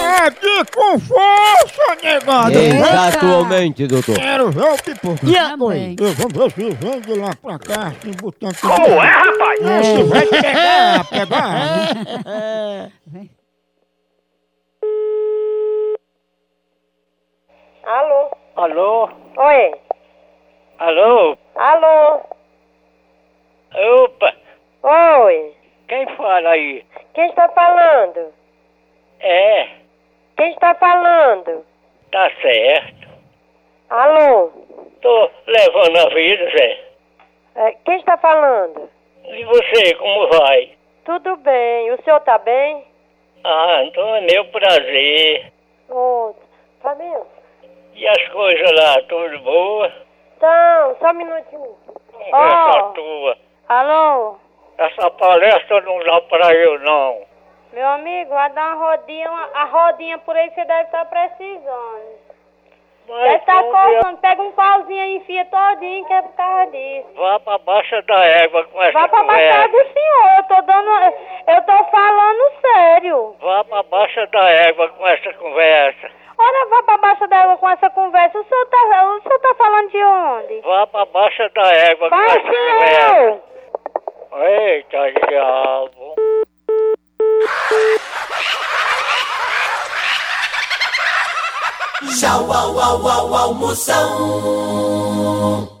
aí É com força, negada! Exatamente, doutor. Quero ver o pipoca. E a Eu- Vamos ver se vem de lá pra cá, se botando... Como é, rapaz? Se vai pegar, pegar. né? Alô? Alô? Oi? Alô? Alô? Opa! Oi? Quem fala aí? Quem está falando? É, Quem está falando? tá certo. Alô? Tô levando a vida, Zé. É, quem está falando? E você, como vai? Tudo bem, o senhor está bem? Ah, então é meu prazer. Ô, Flamengo? E as coisas lá, tudo boa? é Então, só um minutinho. Essa Ó, tua. alô? Essa palestra não dá pra eu, não. Meu amigo, vai dar uma rodinha, uma- a rodinha por aí que você deve estar precisando. Deve Mas estar como eu- coçando, pega um pauzinho aí, enfia todinho, que é por causa disso. Vá pra baixa da égua com essa Vá pra baixada conversa. do senhor, eu tô dando. Eu tô falando sério. Vá pra baixa da égua com essa conversa. Ora, vá pra baixo d'água com essa conversa. O senhor tá, o senhor tá falando de onde? Vá pra baixa da égua com Vai, essa conversa. senhor! Eita, diabo. Tchau, au, au, au, almoção.